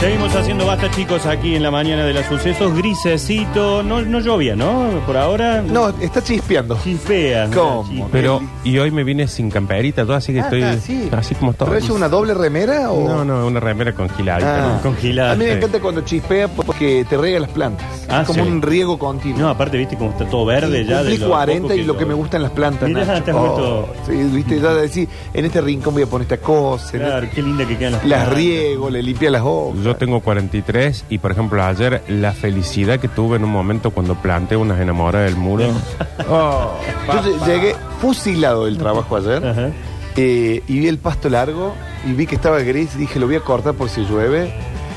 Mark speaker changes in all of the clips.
Speaker 1: Seguimos haciendo basta, chicos, aquí en la mañana de los sucesos. Grisecito, no, no llovía, ¿no? Por ahora.
Speaker 2: No, está chispeando.
Speaker 1: Chispea. mira,
Speaker 2: ¿Cómo?
Speaker 1: chispea.
Speaker 3: Pero, y hoy me vine sin camperita, todo así que
Speaker 2: Ah,
Speaker 3: estoy
Speaker 2: está así.
Speaker 3: así como todo.
Speaker 2: ¿Pero eso es una doble remera o...?
Speaker 3: No, no, una remera con giladita.
Speaker 2: Ah.
Speaker 3: ¿no?
Speaker 1: Con gilada,
Speaker 2: A mí me
Speaker 1: sí.
Speaker 2: encanta cuando chispea porque te riega las plantas.
Speaker 1: Ah,
Speaker 2: es como
Speaker 1: sí.
Speaker 2: un riego continuo.
Speaker 1: No, aparte, viste como está todo verde ya.
Speaker 2: Cumplí
Speaker 1: de lo
Speaker 2: 40
Speaker 1: poco
Speaker 2: y lo que me gustan las plantas.
Speaker 1: Mirá,
Speaker 2: Nacho. Oh,
Speaker 1: te has vuelto-
Speaker 2: sí, viste, ya decís, en este rincón voy a poner esta cosa. en
Speaker 1: Claro,
Speaker 2: este-
Speaker 1: qué linda que quedan las
Speaker 2: Las
Speaker 1: plantas.
Speaker 2: riego, le limpia las hojas.
Speaker 3: Yo tengo 43 y, por ejemplo, ayer la felicidad que tuve en un momento cuando planté unas enamoradas del muro. Oh,
Speaker 2: Yo lle- llegué fusilado del trabajo ayer
Speaker 1: Ajá.
Speaker 2: eh, y vi el pasto largo y vi que estaba gris y dije, lo voy a cortar por si llueve.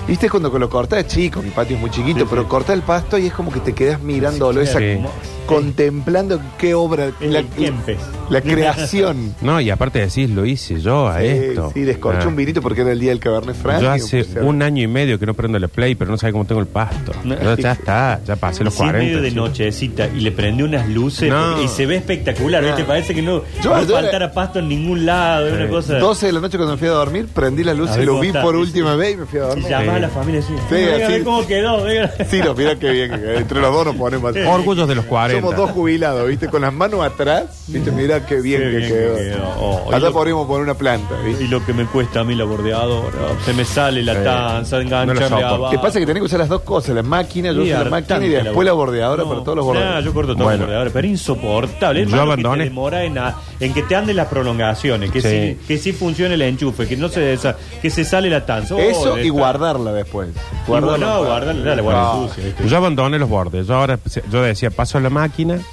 Speaker 2: Y Viste cuando lo cortas, es chico, mi patio es muy chiquito,
Speaker 1: Sí, sí.
Speaker 2: pero cortás el pasto y es como que te quedas mirándolo,
Speaker 1: Sí,
Speaker 2: esa-
Speaker 3: sí.
Speaker 2: contemplando qué obra,
Speaker 1: Es
Speaker 2: la,
Speaker 1: el Kempes.
Speaker 2: la creación.
Speaker 3: no, y aparte decís, lo hice yo a
Speaker 2: Sí,
Speaker 3: esto.
Speaker 2: Sí, descorché
Speaker 3: Ah.
Speaker 2: un vinito porque era el día del Cabernet Franc.
Speaker 3: Yo
Speaker 2: y
Speaker 3: hace
Speaker 2: empecé a-
Speaker 3: un año y medio que no prendo la play, pero no sabe cómo tengo el pasto.
Speaker 1: No.
Speaker 3: Yo ya está, ya pasé los
Speaker 1: Sí, en
Speaker 3: 40.
Speaker 1: medio de
Speaker 3: chico.
Speaker 1: nochecita y le prende unas luces
Speaker 3: No.
Speaker 1: porque- y se ve espectacular, ¿viste?
Speaker 2: No.
Speaker 1: Parece que no,
Speaker 2: Yo
Speaker 1: no
Speaker 2: ayer-
Speaker 1: faltara pasto en ningún lado, es una
Speaker 3: Sí.
Speaker 1: cosa.
Speaker 2: 12 de la noche cuando me fui a dormir, prendí las
Speaker 1: A
Speaker 2: luces,
Speaker 1: ver
Speaker 2: lo
Speaker 1: cómo
Speaker 2: vi
Speaker 1: está,
Speaker 2: por
Speaker 1: sí,
Speaker 2: última vez y me fui a
Speaker 1: Y
Speaker 2: dormir.
Speaker 1: llamás
Speaker 3: Sí.
Speaker 1: a la familia así.
Speaker 2: Sí,
Speaker 1: "Venga,
Speaker 2: así-
Speaker 1: a ver cómo quedó. venga".
Speaker 2: Sí, no, mira qué bien que quedó. entre los dos nos ponemos.
Speaker 3: Orgullos de los 40.
Speaker 2: Somos dos jubilados, ¿viste? Con las manos atrás, ¿viste? Mira qué bien,
Speaker 1: Qué
Speaker 2: que
Speaker 1: bien que
Speaker 2: quedó.
Speaker 1: quedó. Oh, y
Speaker 2: Allá
Speaker 1: lo-
Speaker 2: podríamos poner una planta, ¿viste?
Speaker 1: Y lo que me cuesta a mí la bordeadora. Se me sale la
Speaker 3: Sí.
Speaker 1: tanza,
Speaker 3: No la
Speaker 1: engancharle
Speaker 3: soporto.
Speaker 1: abajo.
Speaker 2: Te pasa que tenés que usar las dos cosas, la máquina, yo
Speaker 1: Y
Speaker 2: uso la máquina
Speaker 1: hartante
Speaker 2: y después la bordeadora
Speaker 1: No,
Speaker 2: para todos los
Speaker 1: nah,
Speaker 2: bordeadores.
Speaker 1: yo corto todos
Speaker 3: Bueno.
Speaker 1: los bordeadores, pero insoportable. Es
Speaker 3: Yo
Speaker 1: más lo
Speaker 3: abandoné.
Speaker 1: Que te demora en, a- en que te anden las prolongaciones, que
Speaker 3: Sí.
Speaker 1: sí, que sí funcione el enchufe, que no se desa- que se sale la tanza. Oh,
Speaker 2: Eso y
Speaker 1: está-
Speaker 2: guardarla después.
Speaker 1: Y bueno, no, guardarla, la guarda
Speaker 2: No.
Speaker 1: sucia. ¿viste?
Speaker 3: Yo abandoné los bordes. Yo ahora se- yo decía, paso la máquina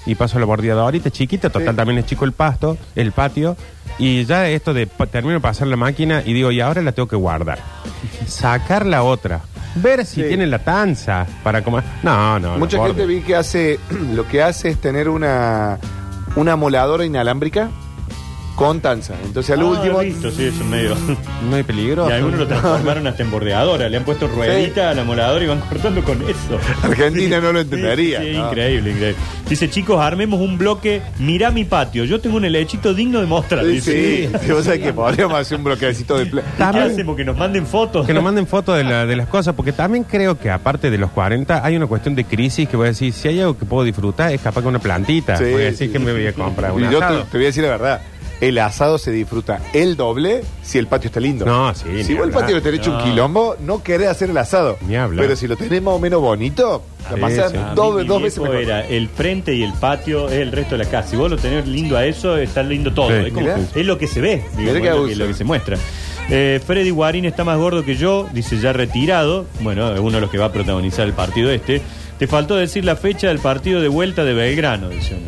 Speaker 3: y paso la bordeadorita chiquita. Total,
Speaker 2: Sí.
Speaker 3: también es chico el pasto, el patio. Y ya esto de pa- termino de pasar la máquina y digo, y ahora la tengo que guardar. Sacar la otra. Ver si
Speaker 2: Sí.
Speaker 3: tiene la tanza para comer. No, no.
Speaker 2: Mucha
Speaker 3: los
Speaker 2: gente
Speaker 3: bordes.
Speaker 2: vi que hace lo que hace es tener una una moladora inalámbrica con tanza. Entonces al
Speaker 1: Ah,
Speaker 2: último
Speaker 1: listo, sí, es un medio.
Speaker 3: No hay peligro.
Speaker 1: Y algunos lo transformaron hasta en bordeadora. Le han puesto ruedita a la moladora y van cortando con eso.
Speaker 2: Argentina no lo
Speaker 1: Sí, sí,
Speaker 2: entendería.
Speaker 1: sí,
Speaker 2: ¿no?
Speaker 1: Increíble, increíble. Dice, chicos, armemos un bloque. Mirá mi patio. Yo tengo un helechito digno de mostrar.
Speaker 2: Sí,
Speaker 1: dice.
Speaker 2: sí, sí, vos sabés que podríamos hacer un bloquecito de pla-
Speaker 1: ¿Y ¿Qué
Speaker 3: También-
Speaker 1: hacemos? Que nos manden fotos.
Speaker 3: Que nos manden fotos de, la- de las cosas, porque también creo que aparte de los 40 hay una cuestión de crisis que voy a decir, si hay algo que puedo disfrutar es capaz que una plantita.
Speaker 2: Sí.
Speaker 3: voy a decir que me voy a comprar
Speaker 2: Y
Speaker 3: un
Speaker 2: yo te,
Speaker 3: asado.
Speaker 2: te voy a decir la verdad. El asado se disfruta el doble si el patio está lindo.
Speaker 3: No, sí, ni
Speaker 2: Si vos el
Speaker 3: hablar.
Speaker 2: patio lo tenés hecho
Speaker 1: No.
Speaker 2: un quilombo, no querés hacer el asado.
Speaker 3: Ni hablar.
Speaker 2: Pero si lo tenés más o menos bonito, la
Speaker 3: Sí,
Speaker 2: pasás
Speaker 3: sí.
Speaker 1: A mí
Speaker 2: doble-
Speaker 1: mi
Speaker 2: dos veces
Speaker 1: viejo
Speaker 2: mejor.
Speaker 1: era el frente y el patio es el resto de la casa. Si vos lo tenés lindo a eso, está lindo todo.
Speaker 3: Sí.
Speaker 1: es, como-
Speaker 2: Mirá.
Speaker 1: es lo que se ve, digamos,
Speaker 2: Mirá qué
Speaker 1: es lo, que,
Speaker 2: abuso.
Speaker 1: lo que se muestra. Eh, Freddy Guarín está más gordo que yo, dice ya retirado. Bueno, es uno de los que va a protagonizar el partido este. Te faltó decir la fecha del partido de vuelta de Belgrano, dice uno.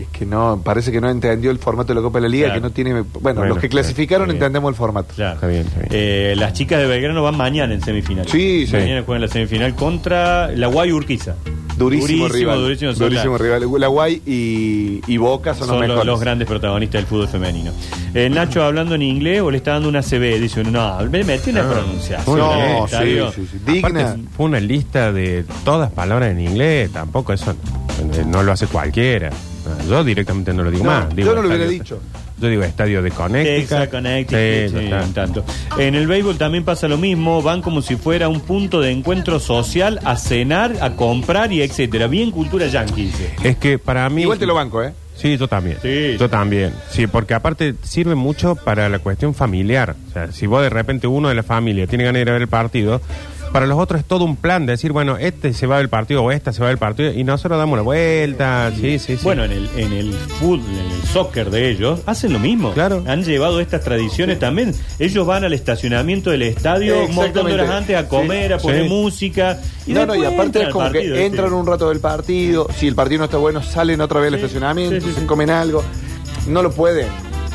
Speaker 2: Es que no, parece que no entendió el formato de la Copa de la Liga,
Speaker 1: Claro.
Speaker 2: que no tiene. Bueno,
Speaker 3: Bueno,
Speaker 2: los que
Speaker 3: claro,
Speaker 2: clasificaron
Speaker 3: está bien.
Speaker 2: entendemos el formato.
Speaker 1: Claro.
Speaker 3: Está bien, está bien.
Speaker 1: Eh, las chicas de Belgrano van mañana en semifinal.
Speaker 2: Sí, sí.
Speaker 1: Mañana juegan la semifinal contra la Guay Urquiza.
Speaker 2: Durísimo, rival.
Speaker 1: Durísimo, durísimo
Speaker 2: Durísimo rival. La Guay y, y Boca son, los
Speaker 1: son los,
Speaker 2: mejores.
Speaker 1: los grandes protagonistas del fútbol femenino. Eh, Nacho hablando en inglés o le está dando una CB, dice uno, no, me metí una pronunciación.
Speaker 2: Ah. No,
Speaker 1: Eh, está
Speaker 2: sí,
Speaker 1: bien.
Speaker 2: sí, sí.
Speaker 3: Aparte,
Speaker 2: Digna.
Speaker 3: fue una lista de todas palabras en inglés, tampoco eso eh, no lo hace cualquiera. Ah, Yo directamente no lo digo
Speaker 2: No,
Speaker 3: más.
Speaker 2: yo
Speaker 3: Digo
Speaker 2: no lo hubiera
Speaker 3: estadio-
Speaker 2: dicho.
Speaker 3: Yo digo estadio de Connecticut.
Speaker 1: Texas, Connecticut,
Speaker 3: Sí,
Speaker 1: sí,
Speaker 3: ya está.
Speaker 1: un tanto. En el béisbol también pasa lo mismo, van como si fuera un punto de encuentro social a cenar, a comprar y etcétera. Bien cultura yankee. dice.
Speaker 3: Es que para mí.
Speaker 2: Igual te lo banco, ¿eh?
Speaker 3: Sí, yo también.
Speaker 1: Sí.
Speaker 3: Yo también. Sí, porque aparte sirve mucho para la cuestión familiar. O sea, si vos de repente uno de la familia tiene ganas de ir a ver el partido, para los otros es todo un plan de decir, bueno, este se va del partido o esta se va del partido y nosotros damos la vuelta. Sí, sí, sí.
Speaker 1: Bueno, en el, en el fútbol, en el soccer de ellos, hacen lo mismo.
Speaker 3: Claro.
Speaker 1: Han llevado estas tradiciones también. Ellos van al estacionamiento del estadio un montón de
Speaker 2: Exactamente.
Speaker 1: horas antes a comer,
Speaker 2: Sí.
Speaker 1: a poner
Speaker 3: Sí.
Speaker 1: música.
Speaker 2: no, no, y
Speaker 1: después
Speaker 2: aparte
Speaker 1: entran
Speaker 2: es
Speaker 1: al
Speaker 2: como
Speaker 1: partido,
Speaker 2: que
Speaker 1: ¿viste?
Speaker 2: entran un rato del partido, si el partido no está bueno, salen otra vez al
Speaker 1: Sí,
Speaker 2: estacionamiento,
Speaker 1: sí, sí,
Speaker 2: se
Speaker 1: sí.
Speaker 2: comen algo. No lo pueden.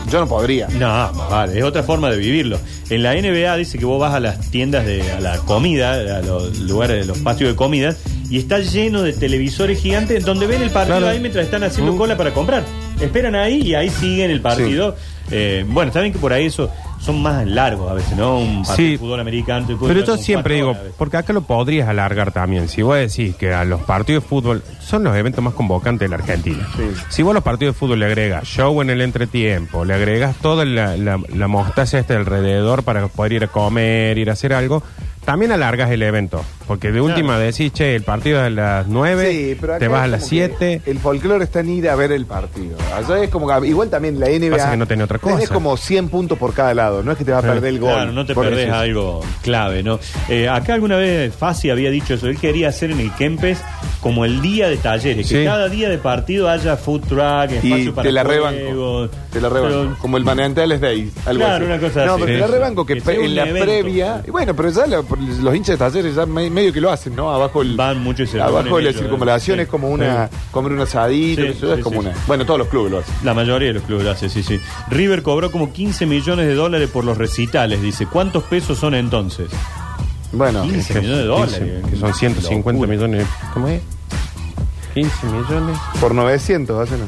Speaker 2: Yo no podría.
Speaker 1: No, más vale, es otra forma de vivirlo. En la NBA dice que vos vas a las tiendas de a la comida, a los lugares, de los patios de comidas, y está lleno de televisores gigantes donde ven el partido
Speaker 3: Claro.
Speaker 1: ahí mientras están haciendo
Speaker 3: Mm.
Speaker 1: cola para comprar. Esperan ahí y ahí siguen el partido. Eh, bueno, está bien que por ahí eso son más largos a veces, ¿no? Un partido
Speaker 3: Sí.
Speaker 1: de fútbol americano. te puede
Speaker 3: Pero
Speaker 1: durar
Speaker 3: yo
Speaker 1: como
Speaker 3: siempre
Speaker 1: cuatro
Speaker 3: digo,
Speaker 1: horas a veces.
Speaker 3: porque acá lo podrías alargar también. Si vos decís que a los partidos de fútbol son los eventos más convocantes de la Argentina. Si vos a los partidos de fútbol le agregas show en el entretiempo, le agregas toda la, la, la mostaza esta alrededor para poder ir a comer, ir a hacer algo, También alargas el evento, porque de última decís, che, el partido es a las 9,
Speaker 2: Sí, pero acá
Speaker 3: te vas a
Speaker 2: es
Speaker 3: las
Speaker 2: como que eh,
Speaker 3: 7.
Speaker 2: El folclore está en ir a ver el partido. Allá es como que- igual también la NBA.
Speaker 3: Pasa que no tiene otra cosa.
Speaker 2: Tenés como 100 puntos por cada lado, no es que te va a
Speaker 3: Sí.
Speaker 2: perder el gol.
Speaker 1: Claro, no te
Speaker 2: Por
Speaker 1: perdés
Speaker 2: eso.
Speaker 1: algo clave, ¿no? Eh, acá alguna vez Fassi había dicho eso, él quería hacer en el Kempes como el día de talleres, que
Speaker 3: Sí.
Speaker 1: cada día de partido haya food truck,
Speaker 2: Y
Speaker 1: espacio para
Speaker 2: te la rebanco.
Speaker 1: juegos.
Speaker 2: Te la rebanco.
Speaker 1: Pero-
Speaker 2: como el Manantiales Days. Algo
Speaker 1: Claro,
Speaker 2: así.
Speaker 1: una cosa
Speaker 2: No,
Speaker 1: así.
Speaker 2: pero te
Speaker 1: Sí.
Speaker 2: la rebanco que,
Speaker 1: Que
Speaker 2: pre-
Speaker 1: sea un
Speaker 2: en la
Speaker 1: evento.
Speaker 2: previa. y bueno, pero ya la- los hinchas de talleres ya me- medio que lo hacen, ¿no? Abajo el.
Speaker 1: Van mucho y se
Speaker 2: Abajo de
Speaker 1: ponen
Speaker 2: la
Speaker 1: ellos,
Speaker 2: circunvalación
Speaker 1: sí.
Speaker 2: es como una.
Speaker 1: Sí.
Speaker 2: Comer un asadito,
Speaker 1: Sí,
Speaker 2: qué sé yo,
Speaker 1: sí,
Speaker 2: es como
Speaker 1: sí,
Speaker 2: una. Bueno, todos los clubes lo hacen.
Speaker 1: La mayoría de los clubes lo hace, sí, sí. River cobró como 15 millones de dólares por los recitales, dice. ¿Cuántos pesos son entonces?
Speaker 2: Bueno.
Speaker 1: 15 millones de dólares.
Speaker 3: 15, que son 150
Speaker 1: Locura.
Speaker 3: millones. ¿Cómo es? 15 millones.
Speaker 2: Por 900, hacen.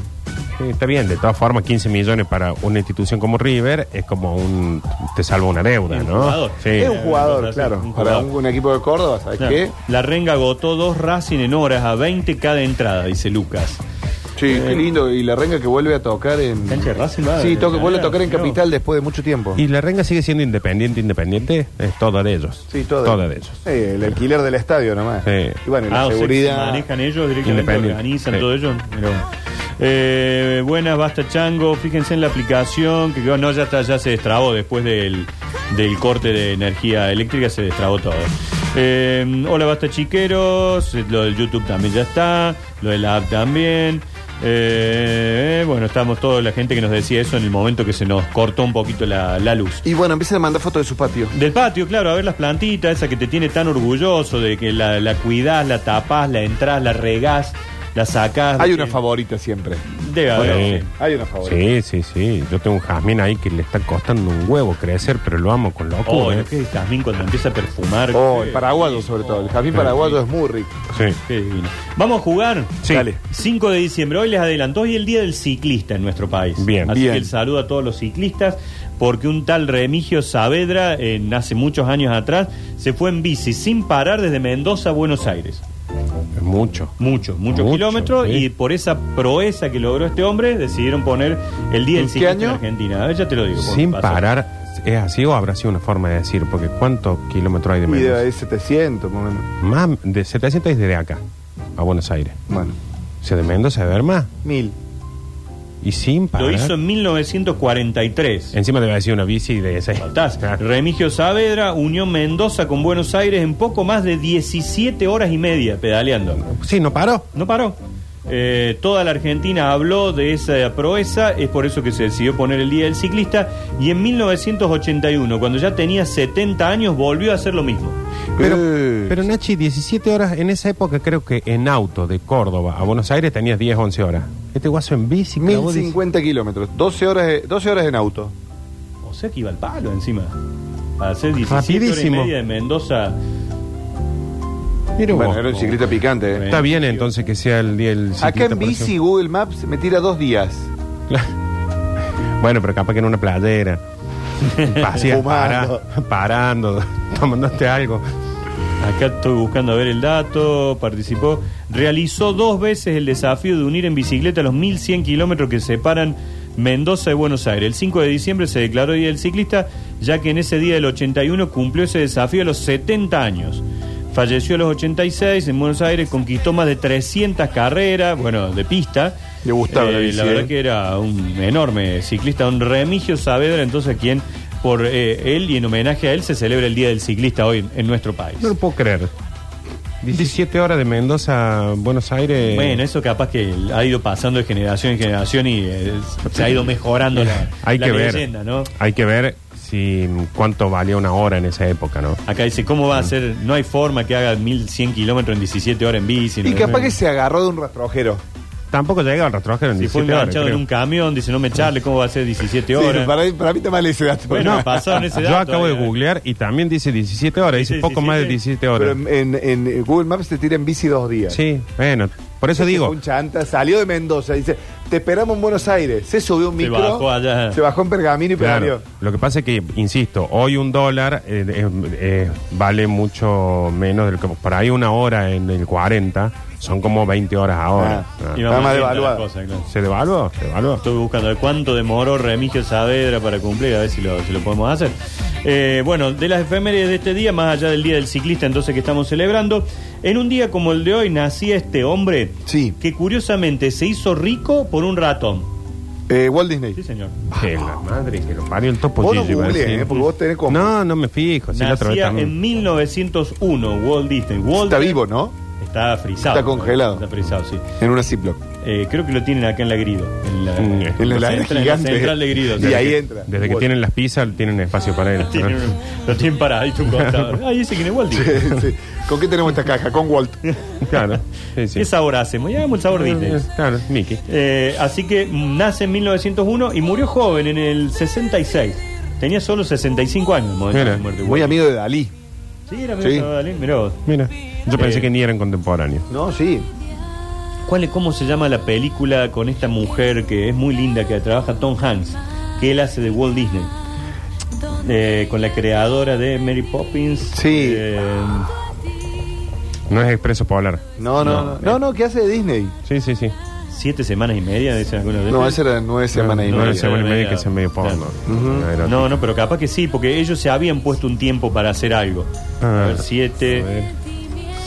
Speaker 3: Sí, está bien, de todas formas, 15 millones para una institución como River es como un. te salva una deuda,
Speaker 1: Y un
Speaker 3: ¿no?
Speaker 1: jugador.
Speaker 3: Sí.
Speaker 2: Es un
Speaker 1: eh,
Speaker 2: jugador,
Speaker 1: así,
Speaker 2: claro.
Speaker 1: un
Speaker 2: Para
Speaker 1: jugador.
Speaker 2: un, un equipo de Córdoba, ¿sabes
Speaker 1: Claro.
Speaker 2: qué?
Speaker 1: La renga agotó dos Racing en horas a 20 cada entrada, dice Lucas.
Speaker 2: Sí, qué lindo. Y la renga que vuelve a tocar en.
Speaker 1: Eh, Cancha de Racing, va,
Speaker 2: Sí,
Speaker 1: de-
Speaker 2: toca- vuelve a
Speaker 1: claro,
Speaker 2: tocar en
Speaker 1: claro.
Speaker 2: Capital después de mucho tiempo.
Speaker 3: Y la renga sigue siendo independiente, independiente, es toda de ellos.
Speaker 2: Sí, todo.
Speaker 3: Toda de ellos.
Speaker 2: Sí, el alquiler del estadio nomás.
Speaker 3: Sí.
Speaker 2: Y bueno, y la
Speaker 1: Ah, o sea, que se
Speaker 2: seguridad.
Speaker 1: manejan ellos directamente,
Speaker 3: Independiente.
Speaker 1: organizan
Speaker 3: Sí.
Speaker 1: todo ello. Mirá vos. Eh, buenas, basta Chango. Fíjense en la aplicación que quedó- no, ya está, ya se destrabó después del, del corte de energía eléctrica, se destrabó todo. Eh, hola, basta chiqueros. Eh, Lo del YouTube también ya está. Lo de la app también. Eh, bueno, estamos toda la gente que nos decía eso en el momento que se nos cortó un poquito la, la luz.
Speaker 2: Y bueno, empiezan a mandar fotos de su patio.
Speaker 1: Del patio, claro, a ver las plantitas, esa que te tiene tan orgulloso de que la, la cuidás, la tapás, la entrás, la regás, la
Speaker 3: Ah,
Speaker 1: sacás.
Speaker 2: Hay
Speaker 1: de
Speaker 2: una
Speaker 1: que-
Speaker 2: favorita siempre.
Speaker 1: Debe haber.
Speaker 3: Sí.
Speaker 1: sí.
Speaker 2: Hay una favorita.
Speaker 3: Sí, sí, sí. Yo tengo un jazmín ahí que le está costando un huevo crecer, pero lo amo con locura.
Speaker 1: Oh,
Speaker 3: ¿eh?
Speaker 1: lo que es jazmín cuando empieza a perfumar.
Speaker 2: Oh,
Speaker 1: Qué-
Speaker 2: el paraguayo sobre todo. El jazmín paraguayo es muy rico.
Speaker 3: Sí.
Speaker 1: Qué divino. Vamos a jugar.
Speaker 3: Sí.
Speaker 2: Dale.
Speaker 1: 5 de diciembre, hoy les adelantó, hoy el día del ciclista en nuestro país.
Speaker 3: Bien,
Speaker 1: Así
Speaker 2: bien.
Speaker 1: que el saludo a todos los ciclistas, porque un tal Remigio Saavedra, en hace muchos años atrás, se fue en bici sin parar desde Mendoza a Buenos Aires.
Speaker 3: Es mucho.
Speaker 1: Muchos, muchos
Speaker 3: Mucho,
Speaker 1: kilómetros
Speaker 3: sí.
Speaker 1: y por esa proeza que logró este hombre decidieron poner el día
Speaker 2: ¿En
Speaker 1: del
Speaker 2: qué
Speaker 1: ciclista en
Speaker 2: año?
Speaker 1: Argentina. A ver, ya te lo digo. porque
Speaker 3: Sin
Speaker 1: pasó.
Speaker 3: parar, ¿es así o habrá sido una forma de decir? Porque ¿cuántos kilómetros hay de
Speaker 2: Y
Speaker 3: Mendoza?
Speaker 2: de 700, más o menos.
Speaker 3: Más de 700 es desde acá, a Buenos Aires.
Speaker 2: Bueno,
Speaker 3: O sea, de Mendoza a Verma
Speaker 2: mil.
Speaker 3: y sin parar.
Speaker 1: Lo hizo en 1943.
Speaker 3: Encima debe haber sido una bici de esa.
Speaker 1: Faltás. Remigio Saavedra unió Mendoza con Buenos Aires en poco más de 17 horas y media pedaleando.
Speaker 3: Sí, no paró.
Speaker 1: No paró. Eh, toda la Argentina habló de esa proeza, es por eso que se decidió poner el Día del Ciclista y en 1981, cuando ya tenía 70 años, volvió a hacer lo mismo.
Speaker 3: Pero,
Speaker 2: Eh.
Speaker 3: pero Nachi, 17 horas en esa época, creo que en auto de Córdoba a Buenos Aires tenías 10, 11 horas. Este guaso en bici, clavó
Speaker 2: 1050 kilómetros. 12 horas, de- 12 horas en auto.
Speaker 1: O sea que iba al palo encima. Para hacer 17 horas y
Speaker 3: Rapidísimo.
Speaker 1: media de Mendoza.
Speaker 3: 10. Mira
Speaker 2: Bueno,
Speaker 3: vos.
Speaker 2: era un ciclista picante. ¿eh?
Speaker 3: Está bien entonces que sea el día del ciclista.
Speaker 2: Acá en
Speaker 3: por
Speaker 2: bici
Speaker 3: ejemplo.
Speaker 2: Google Maps me tira dos días.
Speaker 3: Bueno, pero capaz que en una playera. Paseas,
Speaker 2: Fumando.
Speaker 3: para- parando, tomándote algo.
Speaker 1: Acá estoy buscando a ver el dato. Participó. Realizó dos veces el desafío de unir en bicicleta los 1100 kilómetros que separan Mendoza de Buenos Aires. El 5 de diciembre se declaró Día del Ciclista, ya que en ese día del 81 cumplió ese desafío a los 70 años. Falleció a los 86 en Buenos Aires, conquistó más de 300 carreras, bueno, de pista.
Speaker 2: Le gustaba la bici,
Speaker 1: La verdad
Speaker 2: eh.
Speaker 1: que era un enorme ciclista, un Remigio Saavedra, entonces a quien por eh, él y en homenaje a él se celebra el Día del Ciclista hoy en, en nuestro país.
Speaker 3: No lo puedo creer. 17 horas de Mendoza a Buenos Aires.
Speaker 1: Bueno, eso capaz que ha ido pasando de generación en generación y eh, se ha ido mejorando la,
Speaker 3: hay
Speaker 1: la
Speaker 3: que ver.
Speaker 1: leyenda, ¿no?
Speaker 3: Hay que ver si cuánto valía una hora en esa época, ¿no?
Speaker 1: Acá dice, ¿cómo va a ser? No hay forma que haga 1100 kilómetros en 17 horas en bici.
Speaker 2: Y
Speaker 1: ¿no?
Speaker 2: capaz que se agarró de un rastrojero.
Speaker 3: Tampoco llegaba al rastrojero en
Speaker 1: Si fue
Speaker 3: 17 horas.
Speaker 1: enganchado en
Speaker 3: creo.
Speaker 1: un camión, dice, no me charle, ¿cómo va a ser 17
Speaker 2: Sí,
Speaker 1: horas?
Speaker 2: para, para mí está mal ese dato.
Speaker 1: Bueno, pasaron ese dato. eh,
Speaker 3: Yo acabo de
Speaker 1: ahí,
Speaker 3: googlear y también dice 17 horas, dice
Speaker 1: Dice
Speaker 3: poco más de
Speaker 1: 17.
Speaker 3: 17
Speaker 2: Pero
Speaker 3: horas.
Speaker 2: en, en- en Google Maps te tira en bici dos días.
Speaker 3: Sí, bueno, por eso
Speaker 2: Este
Speaker 3: digo,
Speaker 2: fue Un chanta salió de Mendoza, dice, te esperamos en Buenos Aires. Se subió un
Speaker 1: Se
Speaker 2: micro.
Speaker 1: bajó allá.
Speaker 2: se bajó en Pergamino y
Speaker 3: Claro.
Speaker 2: pedaleó.
Speaker 3: Lo que pasa es que, insisto, hoy un dólar eh, eh, eh, vale mucho menos del que por ahí una hora en el 40. Son como 20 horas ahora.
Speaker 2: Ah.
Speaker 3: Ah.
Speaker 1: Y vamos viendo
Speaker 2: Está más
Speaker 1: las
Speaker 2: devaluado.
Speaker 1: cosas, claro.
Speaker 3: ¿Se devaluó? ¿Se devaluó?
Speaker 1: Estoy buscando a ver cuánto demoró Remigio Saavedra para cumplir, a ver si lo, si lo podemos hacer. Eh, bueno, de las efemérides de este día, más allá del Día del Ciclista entonces que estamos celebrando, en un día como el de hoy nacía este hombre
Speaker 2: Sí.
Speaker 1: que curiosamente se hizo rico por un ratón.
Speaker 2: Eh, Walt Disney.
Speaker 1: Sí, señor.
Speaker 3: Que la madre que lo parió el topo
Speaker 2: Vos no
Speaker 3: Gigi, iba a
Speaker 2: googlees,
Speaker 3: decir.
Speaker 2: eh, porque vos tenés como-
Speaker 3: No, no me fijo. Sí, la otra vez
Speaker 1: Nacía
Speaker 3: también.
Speaker 1: en 1901, Walt Disney. Walt
Speaker 2: Está vivo, ¿no?
Speaker 1: Está frisado.
Speaker 2: Está congelado.
Speaker 1: Está frisado, sí.
Speaker 2: En una Ziploc.
Speaker 1: Eh, creo que lo tienen acá en la grido. En la,
Speaker 3: Mm,
Speaker 2: En la
Speaker 1: en la central-
Speaker 2: ladera
Speaker 1: en la
Speaker 2: gigante.
Speaker 1: central de grido.
Speaker 2: Y
Speaker 1: sí.
Speaker 2: ahí entra.
Speaker 3: Desde que
Speaker 2: Walt.
Speaker 3: tienen las pizzas, tienen espacio para él.
Speaker 1: Tiene un- lo tienen paradito un costado. Ah, y ese quién es Walt Disney.
Speaker 2: Sí. ¿Con qué tenemos esta caja? Con Walt.
Speaker 3: Claro. Sí, sí.
Speaker 1: ¿Qué sabor hacemos? Ya hagamos el sabor Disney.
Speaker 3: Claro, Mickey.
Speaker 1: Eh, así que nace en 1901 y murió joven en el 66. Tenía solo 65 años. en el momento
Speaker 3: Mira,
Speaker 1: de muerte.
Speaker 2: Muy amigo de Dalí.
Speaker 1: Sí, era
Speaker 2: Sí.
Speaker 1: medio Dalí, mirá vos.
Speaker 3: Mira, yo pensé
Speaker 1: Eh,
Speaker 3: que ni eran contemporáneos.
Speaker 2: No, sí.
Speaker 1: ¿Cuál es- ¿Cómo se llama la película con esta mujer que es muy linda, que trabaja Tom Hanks, que él hace de Walt Disney? Eh, con la creadora de Mary Poppins.
Speaker 2: Sí.
Speaker 1: Eh,
Speaker 3: No es Expreso Polar.
Speaker 2: No, no,
Speaker 1: eh.
Speaker 2: no. No, no, ¿qué hace de Disney?
Speaker 3: Sí, sí, sí.
Speaker 1: siete semanas y media, dicen algunos de
Speaker 2: No,
Speaker 1: ellos.
Speaker 2: esa era nueve semanas y
Speaker 3: no,
Speaker 2: media.
Speaker 3: No, semana y media que se medio porno. No, era-
Speaker 1: No, no, pero capaz que sí, porque ellos se habían puesto un tiempo para hacer algo.
Speaker 3: Ah.
Speaker 1: A ver, siete
Speaker 3: A ver.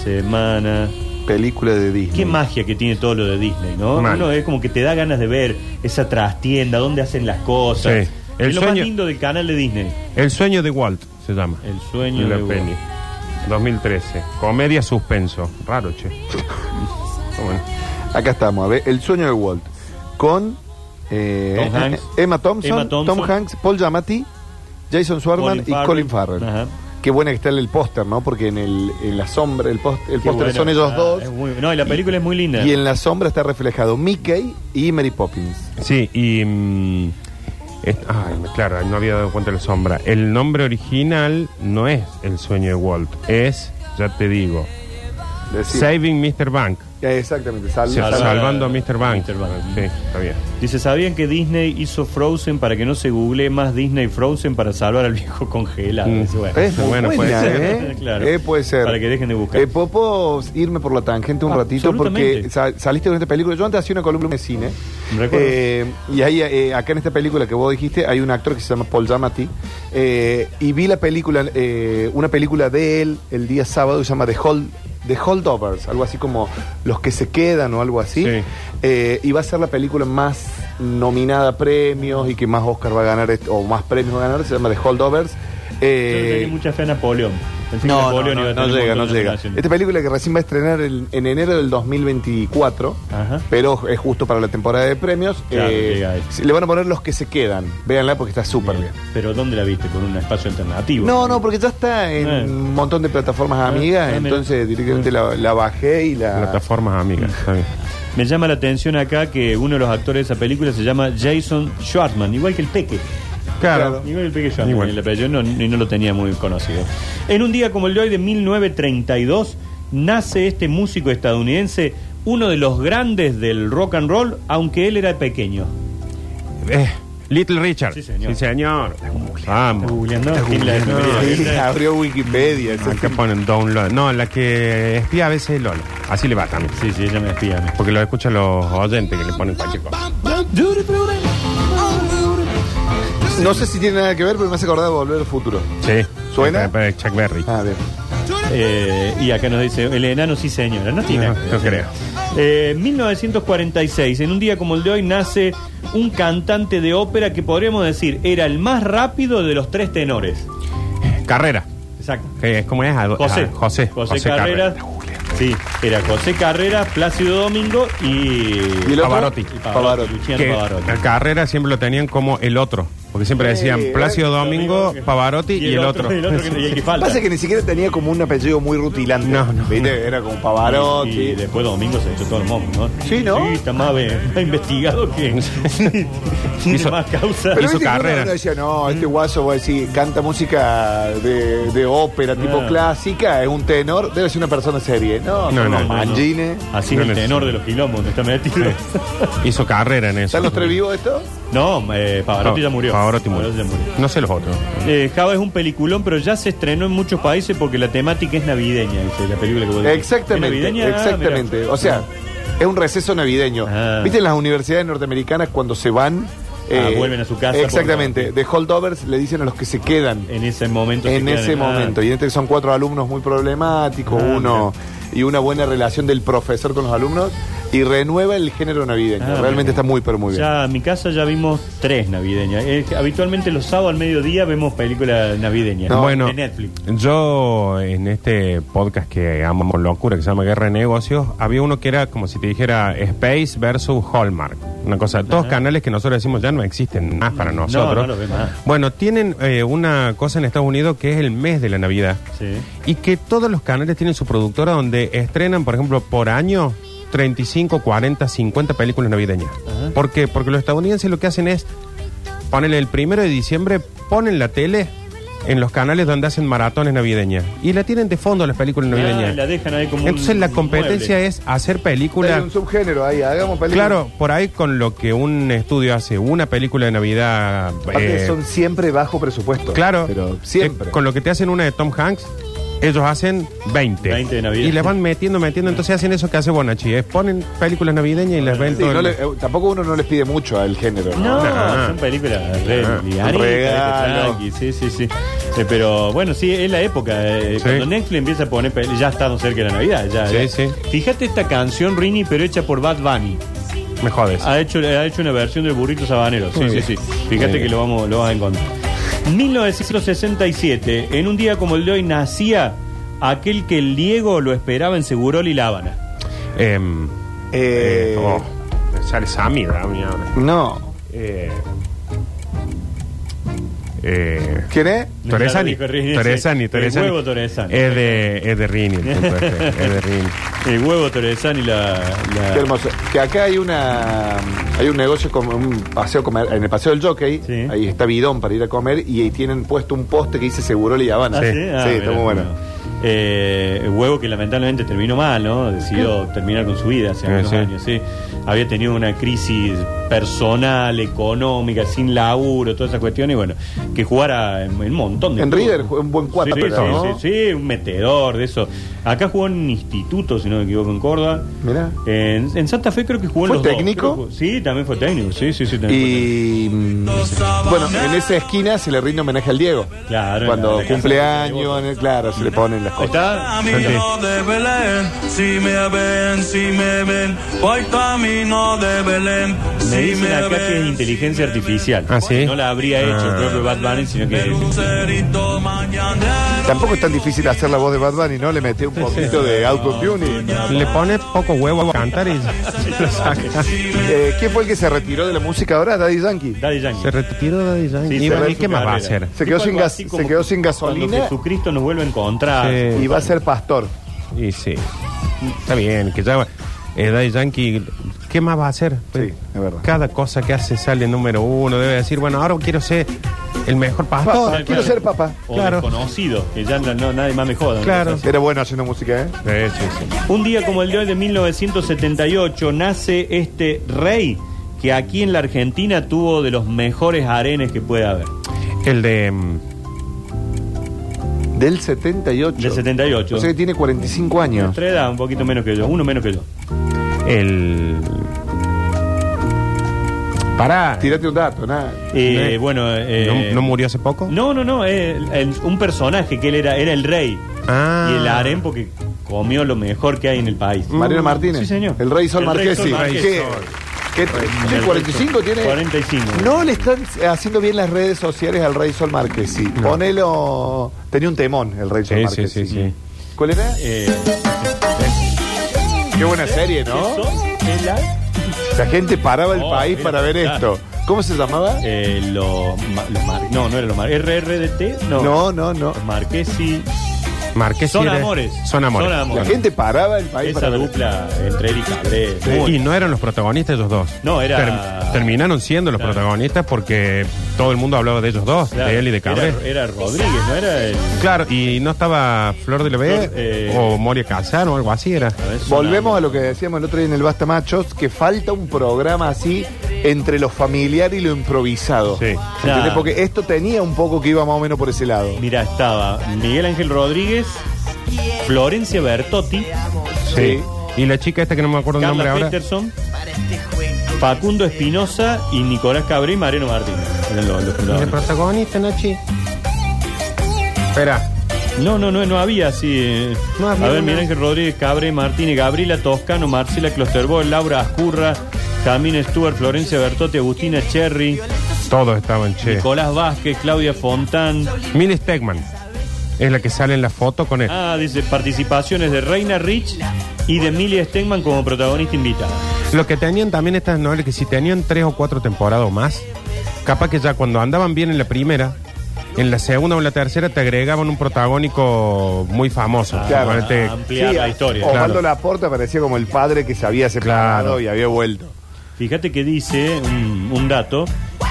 Speaker 1: semanas.
Speaker 2: Película de Disney.
Speaker 1: Qué magia que tiene todo lo de Disney, ¿no?
Speaker 3: Mm. Mal.
Speaker 1: Uno es como que te da ganas de ver esa trastienda, dónde hacen las cosas.
Speaker 3: Sí. El
Speaker 1: es lo más
Speaker 3: sueño-
Speaker 1: lindo del canal de Disney.
Speaker 3: El sueño de Walt se llama.
Speaker 1: El sueño
Speaker 3: la
Speaker 1: de Walt.
Speaker 3: peli. 2013. Comedia suspenso. Raro, che. Pero bueno.
Speaker 2: Acá estamos, a ver, El sueño de Walt. Con eh,
Speaker 1: Tom Hanks.
Speaker 2: Emma, Thompson,
Speaker 1: Emma Thompson.
Speaker 2: Tom Hanks, Paul Giamatti, Jason Swarman
Speaker 1: Colin
Speaker 2: y
Speaker 1: Farrell.
Speaker 2: Colin Farrell.
Speaker 1: Ajá.
Speaker 2: Qué buena que está el póster, ¿no? Porque en, el, en la sombra, el póst- el
Speaker 1: Qué
Speaker 2: póster
Speaker 1: bueno,
Speaker 2: son ellos
Speaker 1: ah,
Speaker 2: dos.
Speaker 1: es muy- no, y la película es muy linda.
Speaker 2: Y en la sombra está reflejado Mickey y Mary Poppins.
Speaker 3: Sí, y. mm, es- ay, me- claro, no había dado cuenta de la sombra. El nombre original no es El sueño de Walt. Es, ya te digo,
Speaker 2: Decía-
Speaker 3: Saving Mr. Bank.
Speaker 2: Eh, Exactamente, sal-
Speaker 3: O sea,
Speaker 2: sal-
Speaker 1: Salva-
Speaker 3: salvando a Mr. Bank.
Speaker 1: Mr. Bank.
Speaker 3: Sí, está bien.
Speaker 1: Dice, ¿sabían que Disney hizo Frozen para que no se googlee más Disney Frozen para salvar al viejo congelado?
Speaker 3: Mm.
Speaker 1: Dice, bueno.
Speaker 2: Es muy
Speaker 3: Bueno,
Speaker 2: buena,
Speaker 3: puede
Speaker 1: ser.
Speaker 2: ¿eh?
Speaker 1: Claro.
Speaker 2: Eh, puede ser.
Speaker 1: Para que dejen de buscar.
Speaker 2: Eh, ¿Puedo irme por la tangente un
Speaker 1: Ah,
Speaker 2: ratito? Porque
Speaker 1: absolutamente.
Speaker 2: sa- saliste con esta película. Yo antes hacía una columna de cine.
Speaker 1: Me recuerdo.
Speaker 2: Eh, y ahí, eh, acá en esta película que vos dijiste, hay un actor que se llama Paul Giamatti. Eh, y vi la película, eh, una película de él el día sábado, se llama The Hold. The Holdovers, algo así como Los que se quedan o algo así.
Speaker 3: Sí.
Speaker 2: Eh, y va a ser la película más nominada a premios y que más Oscar va a ganar est- o más premios va a ganar, se llama The Holdovers.
Speaker 1: Yo
Speaker 2: Eh,
Speaker 1: le tenía mucha fe a Napoleón. Pensé que
Speaker 2: no, no,
Speaker 1: Napoleón
Speaker 2: no,
Speaker 1: iba a
Speaker 2: no
Speaker 1: tener un
Speaker 2: llega, no
Speaker 1: montón de
Speaker 2: llega.
Speaker 1: nominaciones.
Speaker 2: Esta película que recién va a estrenar el- en enero del 2024,
Speaker 1: Ajá.
Speaker 2: pero es justo para la temporada de premios.
Speaker 1: Claro,
Speaker 2: eh,
Speaker 1: llega ahí.
Speaker 2: sí, le van a poner los que se quedan. Véanla porque está súper
Speaker 1: Bien.
Speaker 2: bien.
Speaker 1: Pero ¿dónde la viste? ¿Con un espacio alternativo?
Speaker 2: No, no, porque ya está en
Speaker 1: Eh.
Speaker 2: un montón de plataformas amigas,
Speaker 1: ah, mira.
Speaker 2: entonces directamente la, la bajé y
Speaker 1: Ah.
Speaker 2: la...
Speaker 3: Plataformas amigas. Está bien.
Speaker 1: Me llama la atención acá que uno de los actores de esa película se llama Jason Schwartzman, igual que el Peque.
Speaker 3: Claro.
Speaker 1: Igual el Peque Schwartzman,
Speaker 3: Igual.
Speaker 1: el apellido, no, ni- no lo tenía muy conocido. En un día como el de hoy de 1932, nace este músico estadounidense, uno de los grandes del rock and roll, aunque él era pequeño.
Speaker 3: Eh, Little Richard.
Speaker 1: Sí, señor.
Speaker 3: Sí, señor. Vamos.
Speaker 1: Googleando, tiene la
Speaker 2: Sí,
Speaker 1: efeméride.
Speaker 2: abrió
Speaker 1: Ah,
Speaker 2: Wikipedia. ese
Speaker 3: Acá
Speaker 2: sí.
Speaker 3: ponen download. No, la que espía a veces es Lola. Así le va también.
Speaker 1: Sí, sí, ella me espía. me-
Speaker 3: Porque lo escuchan los oyentes que le ponen cualquier cosa.
Speaker 2: No sé si tiene nada que ver, pero me hace acordar de Volver al Futuro.
Speaker 3: Sí.
Speaker 2: ¿Suena?
Speaker 3: Eh, eh, Chuck Berry.
Speaker 2: Ah, bien.
Speaker 1: Eh, y acá nos dice, el enano sí señora, no tiene.
Speaker 3: No,
Speaker 1: acto.
Speaker 3: no creo.
Speaker 1: Eh, 1946, en un día como el de hoy nace un cantante de ópera que podríamos decir era el más rápido de los tres tenores.
Speaker 3: Carrera.
Speaker 1: Exacto.
Speaker 3: Que es como es Ado-
Speaker 1: José.
Speaker 3: ah, José.
Speaker 1: José, Carrera. Sí, era José Carrera, Plácido Domingo y...
Speaker 2: ¿Y el otro?
Speaker 3: Pavarotti.
Speaker 1: y Pavarotti,
Speaker 2: Pavarotti.
Speaker 1: Luciano
Speaker 3: Que
Speaker 1: Pavarotti.
Speaker 3: la carrera siempre lo tenían como el otro. Porque siempre
Speaker 2: Sí,
Speaker 3: decían
Speaker 2: eh,
Speaker 3: Plácido Domingo, Pavarotti y el otro.
Speaker 1: Y el otro que, y el que falta.
Speaker 2: Pasa que ni siquiera tenía como un apellido muy rutilante.
Speaker 3: No, no.
Speaker 2: ¿Viste? Era como
Speaker 1: Y,
Speaker 2: Pavarotti.
Speaker 1: después Domingo se echó todo el momo, ¿no?
Speaker 2: Sí, ¿no?
Speaker 1: Sí, está más, eh, más investigado que... tiene
Speaker 3: Hizo-
Speaker 1: más causa.
Speaker 2: Pero viste que
Speaker 3: Hizo
Speaker 2: uno
Speaker 3: carrera.
Speaker 2: decía, no,
Speaker 1: Mm.
Speaker 2: este guaso, vos decís, canta música de, de ópera, tipo
Speaker 1: Ah.
Speaker 2: clásica, es un tenor, debe ser una persona seria. No, no,
Speaker 3: No, no,
Speaker 2: no.
Speaker 3: no,
Speaker 2: Mangine.
Speaker 1: Así
Speaker 3: No
Speaker 1: es el
Speaker 3: necesito.
Speaker 1: tenor de los quilombos donde está metido.
Speaker 3: Hizo carrera en eso.
Speaker 2: ¿Están los tres vivos estos?
Speaker 1: No, eh, Pavarotti ya murió.
Speaker 3: ahora Timur.
Speaker 1: Ahora Timur.
Speaker 3: No sé los otros.
Speaker 1: Eh, Java es un peliculón, pero ya se estrenó en muchos países porque la temática es navideña, dice la película que vos decís. ¿Es
Speaker 2: Exactamente,
Speaker 1: navideña? Ah,
Speaker 2: exactamente.
Speaker 1: mirá.
Speaker 2: O sea, es un receso navideño.
Speaker 1: Ah.
Speaker 2: ¿Viste en las universidades norteamericanas cuando se van? eh,
Speaker 1: vuelven a su casa por
Speaker 2: Exactamente.
Speaker 1: la-
Speaker 2: De holdovers le dicen a los que se quedan
Speaker 1: en ese momento. se
Speaker 2: en
Speaker 1: quedan
Speaker 2: ese
Speaker 1: ah,
Speaker 2: momento. Y este son cuatro alumnos muy problemáticos,
Speaker 1: Ah,
Speaker 2: uno y una buena relación del profesor con los alumnos. Y renueva el género navideño.
Speaker 1: Ah,
Speaker 2: Realmente
Speaker 1: bien.
Speaker 2: está muy, pero muy bien.
Speaker 1: Ya en mi casa ya vimos tres navideñas. Eh, habitualmente los sábados al mediodía vemos películas navideñas.
Speaker 2: No.
Speaker 3: bueno,
Speaker 1: de Netflix.
Speaker 3: yo en este podcast que amamos locura, que se llama Guerra de Negocios, había uno que era como si te dijera Space versus Hallmark. Una cosa, todos canales que nosotros decimos ya no existen más para nosotros.
Speaker 1: no los ve más.
Speaker 3: Bueno, tienen eh, una cosa en Estados Unidos que es el mes de la Navidad.
Speaker 1: Sí.
Speaker 3: Y que todos los canales tienen su productora donde estrenan, por ejemplo, por año 35, 40, 50 películas navideñas.
Speaker 1: Ajá.
Speaker 3: ¿Por qué? Porque los estadounidenses lo que hacen es ponen el primero de diciembre, ponen la tele en los canales donde hacen maratones navideñas. Y la tienen de fondo las películas
Speaker 1: Ah,
Speaker 3: navideñas.
Speaker 1: la dejan ahí como un
Speaker 3: Entonces la competencia
Speaker 1: mueble.
Speaker 3: es hacer
Speaker 2: Hay
Speaker 3: películas...
Speaker 2: un subgénero ahí, hagamos películas.
Speaker 3: Claro, por ahí con lo que un estudio hace, una película de Navidad...
Speaker 2: Aparte,
Speaker 3: eh,
Speaker 2: son siempre bajo presupuesto.
Speaker 3: Claro.
Speaker 2: Pero siempre.
Speaker 3: Eh, con lo que te hacen una de Tom Hanks, ellos hacen 20.
Speaker 1: 20 de Navidad.
Speaker 3: Y les van metiendo, metiendo. Entonces hacen eso que hace Bonachi. es ponen películas navideñas y las ven
Speaker 2: Sí,
Speaker 3: todo
Speaker 2: no
Speaker 3: el-
Speaker 2: le- eh, tampoco uno no les pide mucho al género.
Speaker 1: No,
Speaker 2: ¿no?
Speaker 3: No.
Speaker 1: son películas re
Speaker 3: No.
Speaker 1: livianitas,
Speaker 2: Regalo.
Speaker 1: tranqui, sí, sí, sí. Eh, pero bueno, sí, es la época. eh,
Speaker 3: Sí.
Speaker 1: Cuando Netflix empieza a poner peli- ya estamos cerca de la Navidad. Ya,
Speaker 3: Sí,
Speaker 1: ya.
Speaker 3: sí.
Speaker 1: Fíjate esta canción, Rini, pero hecha por Bad Bunny.
Speaker 3: Me jodes.
Speaker 2: Ah.
Speaker 1: Ha hecho, ha hecho una versión del burrito sabanero. Sí,
Speaker 3: Muy
Speaker 1: sí,
Speaker 3: bien.
Speaker 1: sí. Fíjate
Speaker 3: Muy
Speaker 1: que
Speaker 3: bien.
Speaker 1: lo vamos, lo vas a encontrar. 1967, en un día como el de hoy, nacía aquel que el Diego lo esperaba en Segurol y La Habana.
Speaker 3: Em,
Speaker 2: Eh,
Speaker 3: eh, oh, sale Sammy, ¿verdad? Mi madre.
Speaker 2: No.
Speaker 3: Eh, eh,
Speaker 2: ¿Quién es?
Speaker 3: Torresani.
Speaker 1: Ya lo dijo Rini, sí.
Speaker 3: Torresani,
Speaker 1: El
Speaker 3: Torresani.
Speaker 1: huevo Torresani.
Speaker 3: Es de, es de Rini. el punto este, es de Rini.
Speaker 1: El huevo Torresani y la. la-
Speaker 2: Qué hermoso. Que acá hay una hay un negocio como un paseo comer, en el paseo del jockey,
Speaker 1: Sí.
Speaker 2: ahí está bidón para ir a comer y ahí tienen puesto un poste que dice Seguro y Habana.
Speaker 1: Ah, sí, Ah,
Speaker 2: sí, está
Speaker 1: mirá,
Speaker 2: muy bueno.
Speaker 1: Eh, el huevo que lamentablemente terminó mal, ¿no? Decidió terminar con su vida hace
Speaker 3: Eh,
Speaker 1: unos
Speaker 3: sí.
Speaker 1: años, sí. Había tenido una crisis personal, económica, sin laburo, todas esas cuestiones, y bueno, que jugara en un montón de
Speaker 2: En
Speaker 1: clubes.
Speaker 2: River jugó un buen cuatro,
Speaker 1: sí,
Speaker 2: pero,
Speaker 1: sí,
Speaker 2: ¿no?
Speaker 1: sí, sí, un metedor de eso. Acá jugó en un instituto, si no me equivoco, en Córdoba.
Speaker 2: Mirá.
Speaker 1: En, en Santa Fe creo que jugó en
Speaker 2: ¿Fue
Speaker 1: los dos.
Speaker 2: técnico?
Speaker 1: Creo que- Sí, también fue técnico, sí, sí, sí. También fue técnico.
Speaker 2: Y mm, bueno, en esa esquina se le rinde homenaje al Diego.
Speaker 1: Claro,
Speaker 2: Cuando
Speaker 1: en la-
Speaker 2: cumple años, en el- claro, se le ponen las
Speaker 1: Ahí
Speaker 2: cosas.
Speaker 1: está.
Speaker 4: Camino de Belén, si me ven, si me ven, voy camino de Belén,
Speaker 1: Me
Speaker 4: si
Speaker 1: dicen
Speaker 4: me
Speaker 1: acá que es
Speaker 4: ven.
Speaker 1: inteligencia artificial.
Speaker 3: Ah, ¿sí?
Speaker 1: No la habría hecho el
Speaker 3: Ah.
Speaker 1: propio Bad Bunny, sino que
Speaker 4: El lucerito mañanero.
Speaker 2: Tampoco es tan difícil hacer la voz de Bad Bunny, ¿no? Le metí un poquito de autotune. y-
Speaker 3: Le pone poco huevo a cantar y lo saca.
Speaker 2: Eh, ¿Quién fue el que se retiró de la música ahora? Daddy Yankee.
Speaker 1: Daddy Yankee.
Speaker 3: Se retiró de Yankee.
Speaker 1: Sí,
Speaker 3: y
Speaker 1: cerró
Speaker 3: bueno, ¿y
Speaker 1: su
Speaker 3: qué más va a
Speaker 1: carrera.
Speaker 3: hacer?
Speaker 2: Se quedó
Speaker 1: Tipo
Speaker 2: sin
Speaker 1: algo
Speaker 2: gas-
Speaker 1: así
Speaker 2: se
Speaker 1: como
Speaker 2: quedó sin
Speaker 1: Cuando
Speaker 2: gasolina.
Speaker 1: Jesucristo nos vuelve a encontrar.
Speaker 3: Sí.
Speaker 2: Y va a ser pastor.
Speaker 3: Y sí. Está bien, que ya. Eh, Daddy Yankee, ¿qué más va a hacer?
Speaker 2: Sí, es verdad.
Speaker 3: Cada cosa que hace sale número uno. Debe decir, bueno, ahora quiero ser el mejor
Speaker 1: Oh,
Speaker 3: pastor.
Speaker 2: Papá, quiero ser papá.
Speaker 1: O
Speaker 3: Claro.
Speaker 1: desconocido, que ya no, no- nadie más me joda. una
Speaker 3: Claro.
Speaker 1: cosa así.
Speaker 2: Era bueno haciendo música, ¿eh?
Speaker 3: Eh, sí, sí.
Speaker 1: Un día como el de hoy de 1978 nace este rey que aquí en la Argentina tuvo de los mejores arenes que puede haber.
Speaker 3: El de. mm,
Speaker 2: Del 78.
Speaker 1: Del 78.
Speaker 2: O sea que tiene 45 años.
Speaker 1: Nuestra edad, un poquito menos que yo, uno menos que yo.
Speaker 3: El. Pará.
Speaker 2: Tírate un dato, nada.
Speaker 1: Eh,
Speaker 3: Sí.
Speaker 1: Bueno, eh,
Speaker 3: ¿No, no murió hace poco?
Speaker 1: No, no, no, eh, el- el- un personaje que él era, era el rey.
Speaker 3: Ah.
Speaker 1: Y el harem porque comió lo mejor que hay en el país.
Speaker 2: Mm, Mariano Martínez.
Speaker 1: Mm, Sí, señor.
Speaker 2: El Rey Sol
Speaker 1: El Rey Sol
Speaker 2: Marquesi.
Speaker 1: Marquesi.
Speaker 2: ¿Qué? ¿Qué? Sí, 45 tiene.
Speaker 1: 45.
Speaker 2: No le están haciendo bien las redes sociales al Rey Sol Marquesi. Ponelo. Tenía un temón el Rey Sol
Speaker 3: Sí, sí,
Speaker 2: Marquesi.
Speaker 3: sí, sí.
Speaker 2: ¿Cuál era?
Speaker 1: Eh,
Speaker 2: Qué buena serie, ¿no?
Speaker 1: eso es la-
Speaker 2: La gente paraba el
Speaker 1: Oh,
Speaker 2: país
Speaker 1: mira,
Speaker 2: para ver
Speaker 1: claro.
Speaker 2: esto. ¿Cómo se llamaba?
Speaker 1: eh, lo- ma- los mar- no, no era los mar- RRDT, no.
Speaker 2: No, no, no.
Speaker 1: Los Marquesi.
Speaker 3: Marqués
Speaker 1: Son
Speaker 3: era-
Speaker 1: amores.
Speaker 3: Son amores.
Speaker 1: Son amores.
Speaker 2: La gente paraba el país
Speaker 1: Esa
Speaker 2: para ver.
Speaker 1: dupla entre Eric y Andrés.
Speaker 3: Sí.
Speaker 1: Muy-
Speaker 3: Y no eran los protagonistas ellos dos.
Speaker 1: No, era-
Speaker 3: terminaron siendo los
Speaker 1: Claro.
Speaker 3: protagonistas porque todo el mundo hablaba de ellos dos,
Speaker 1: claro,
Speaker 3: de él y de Cabré.
Speaker 1: Era, era Rodríguez, ¿no? Era el.
Speaker 3: Claro, y no estaba Flor de la B
Speaker 1: Flor, eh,
Speaker 3: o Moria Casar o algo así era.
Speaker 1: a ver, son
Speaker 2: Volvemos a lo que decíamos el otro día en el Basta Machos, que falta un programa así entre lo familiar y lo improvisado.
Speaker 3: Sí.
Speaker 2: ¿Entendés?
Speaker 1: Claro.
Speaker 2: Porque esto tenía un poco que iba más o menos por ese lado.
Speaker 1: Mira, estaba Miguel Ángel Rodríguez, Florencia Bertotti,
Speaker 2: Sí.
Speaker 3: Y la chica esta que no me acuerdo el nombre
Speaker 1: Carla
Speaker 3: ahora.
Speaker 1: Peterson, Facundo Espinosa y Nicolás Cabré y Mariano Martínez. Eran los- los
Speaker 3: ¿Y el
Speaker 1: fundadores.
Speaker 3: protagonista, Nachi? Espera.
Speaker 1: No, no, no, no había así. eh.
Speaker 3: No
Speaker 1: a
Speaker 3: había
Speaker 1: ver,
Speaker 3: una.
Speaker 1: Miguel Ángel Rodríguez, Cabré, Martínez, Gabriela Toscano, Marcela Closterboy, Laura Ascurra, Camina Stuart, Florencia Bertotti, Agustina Cherry,
Speaker 3: Todos estaban che.
Speaker 1: Nicolás Vázquez, Claudia Fontán.
Speaker 3: Mil Stegman. Es la que sale en la foto con él.
Speaker 1: Ah, dice participaciones de Reina Rich y de Emilia Stegman como protagonista invitada.
Speaker 3: Lo que tenían también estas novelas, que si tenían tres o cuatro temporadas o más, capaz que ya cuando andaban bien en la primera, en la segunda o en la tercera te agregaban un protagónico muy famoso.
Speaker 2: Claro.
Speaker 3: Ponete-
Speaker 1: ampliar la historia.
Speaker 2: Osvaldo
Speaker 3: claro.
Speaker 2: Laporta parecía como el padre que se había separado
Speaker 3: Claro.
Speaker 2: y había vuelto.
Speaker 1: Fíjate que dice un, un dato.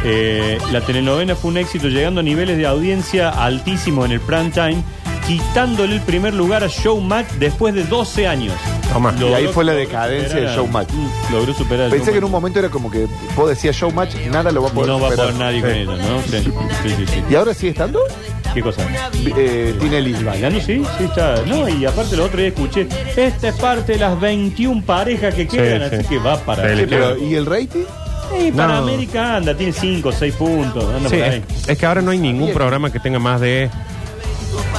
Speaker 1: eh, la telenovela fue un éxito llegando a niveles de audiencia altísimos en el prime time, quitándole el primer lugar a Showmatch después de 12 años.
Speaker 3: Tomá.
Speaker 2: Y ahí
Speaker 1: Logró-
Speaker 2: fue la
Speaker 1: logró
Speaker 2: decadencia
Speaker 1: superar
Speaker 2: de
Speaker 1: a-
Speaker 2: Showmatch.
Speaker 1: Mm, Logró superar a
Speaker 2: Pensé que en un
Speaker 1: Showmatch.
Speaker 2: momento era como que vos decías showmatch, nada lo va a poder
Speaker 1: No va a
Speaker 2: superar.
Speaker 1: poder nadie con ella, ¿no? Sí, sí, sí, sí.
Speaker 2: ¿Y ahora sigue estando?
Speaker 1: ¿Qué cosa?
Speaker 2: Eh, Tinelli.
Speaker 1: Bailando, sí, sí está. No, y aparte el otro día escuché, esta es parte de las 21 parejas que quedan,
Speaker 3: sí.
Speaker 1: así que va para...
Speaker 3: Sí,
Speaker 2: Sí,
Speaker 3: le
Speaker 2: pero, ¿Y el rating?
Speaker 1: Sí, para
Speaker 3: No.
Speaker 1: América anda, tiene 5, 6 puntos, anda
Speaker 3: Sí,
Speaker 1: por ahí.
Speaker 3: es, es que ahora no hay ningún programa que tenga más de